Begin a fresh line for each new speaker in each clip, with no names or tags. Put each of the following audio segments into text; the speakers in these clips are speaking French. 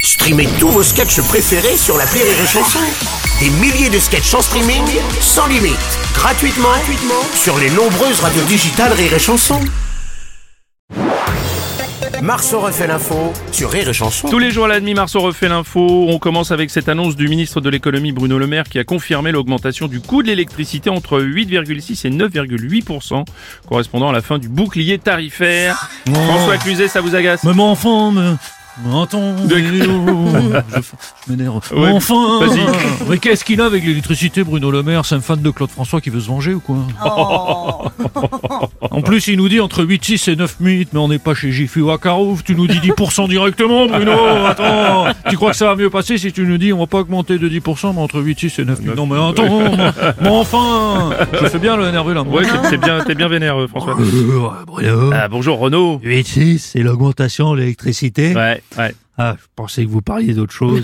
Streamez tous vos sketchs préférés sur la Rire et Chanson. Des milliers de sketchs en streaming, sans limite, gratuitement, gratuitement sur les nombreuses radios digitales Rire et Chanson. Marceau refait l'info sur Rire et Chanson.
Tous les jours à la demi, Marceau refait l'info. On commence avec cette annonce du ministre de l'économie Bruno Le Maire qui a confirmé l'augmentation du coût de l'électricité entre 8,6 et 9,8%, correspondant à la fin du bouclier tarifaire.
Oh.
François Cluzet, ça vous agace
Mais mon enfant, me... Entends, je, oh, je m'énerve.
Ouais,
Mon enfant,
vas-y.
mais qu'est-ce qu'il a avec l'électricité, Bruno Le Maire C'est un fan de Claude François qui veut se venger ou quoi En plus, il nous dit entre 8,6 et 9 minutes, mais on n'est pas chez Gifu ou à Carouf. Tu nous dis 10% directement, Bruno. Attends, tu crois que ça va mieux passer si tu nous dis on va pas augmenter de 10%, mais entre 8,6 et 9 minutes. Non, mais attends, mon enfant, je fais bien le énervé là. moi.
Ouais, c'est- c'est bien, t'es bien vénère, euh, François.
Bonjour, Bruno.
Ah, bonjour Renaud.
8,6, Oh. c'est l'augmentation de l'électricité.
Ouais, ouais.
Ah, je pensais que vous parliez d'autre chose.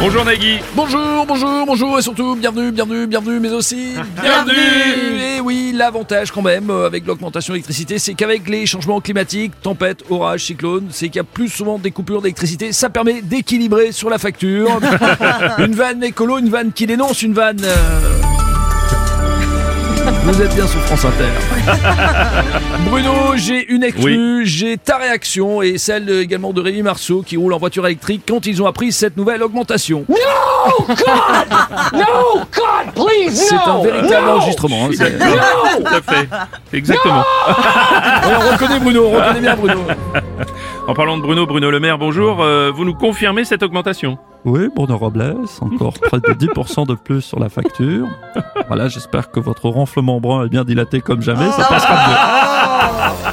Bonjour Nagui.
Bonjour, bonjour, bonjour et surtout bienvenue, bienvenue, bienvenue, mais aussi
Bienvenue.
Et oui, l'avantage quand même euh, avec l'augmentation de l'électricité, c'est qu'avec les changements climatiques, tempêtes, orages, cyclones, c'est qu'il y a plus souvent des coupures d'électricité. Ça permet d'équilibrer sur la facture. une vanne écolo, une vanne qui dénonce, une vanne. euh, Vous êtes bien sur France Inter. Bruno, j'ai une exclue, j'ai ta réaction et celle de- également de Rémi Marceau qui roule en voiture électrique quand ils ont appris cette nouvelle augmentation. No God! No God, please, C'est un véritable enregistrement. hein, c'est-
Tout à fait. Exactement.
Ouais, on reconnaît Bruno, on reconnaît bien Bruno.
En parlant de Bruno, Bruno Le Maire, bonjour. Euh, vous nous confirmez cette augmentation
Oui, Bruno Robles, encore près de 10% de plus sur la facture. Voilà, j'espère que votre ronflement brun est bien dilaté comme jamais, ça passera mieux.